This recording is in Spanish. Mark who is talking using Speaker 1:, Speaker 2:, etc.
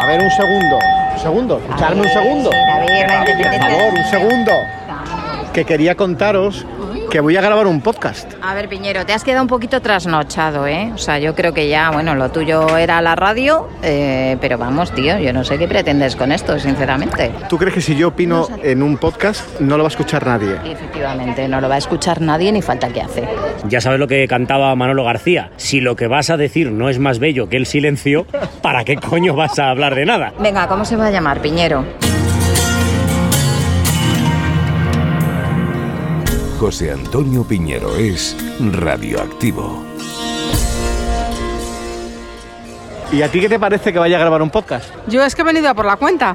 Speaker 1: A ver, un segundo. Un segundo. Escuchadme un segundo.
Speaker 2: A ver, la
Speaker 1: Por
Speaker 2: independencia.
Speaker 1: favor, un segundo. Que quería contaros que voy a grabar un podcast.
Speaker 2: A ver, Piñero, te has quedado un poquito trasnochado, ¿eh? O sea, yo creo que ya, bueno, lo tuyo era la radio, eh, pero vamos, tío, yo no sé qué pretendes con esto, sinceramente.
Speaker 1: ¿Tú crees que si yo opino en un podcast no lo va a escuchar nadie?
Speaker 2: Y efectivamente, no lo va a escuchar nadie ni falta que hace.
Speaker 3: Ya sabes lo que cantaba Manolo García. Si lo que vas a decir no es más bello que el silencio, ¿para qué coño vas a hablar de nada?
Speaker 2: Venga, ¿cómo se va a llamar, Piñero?
Speaker 4: José Antonio Piñero es radioactivo.
Speaker 1: ¿Y a ti qué te parece que vaya a grabar un podcast?
Speaker 5: Yo es que he venido a por la cuenta.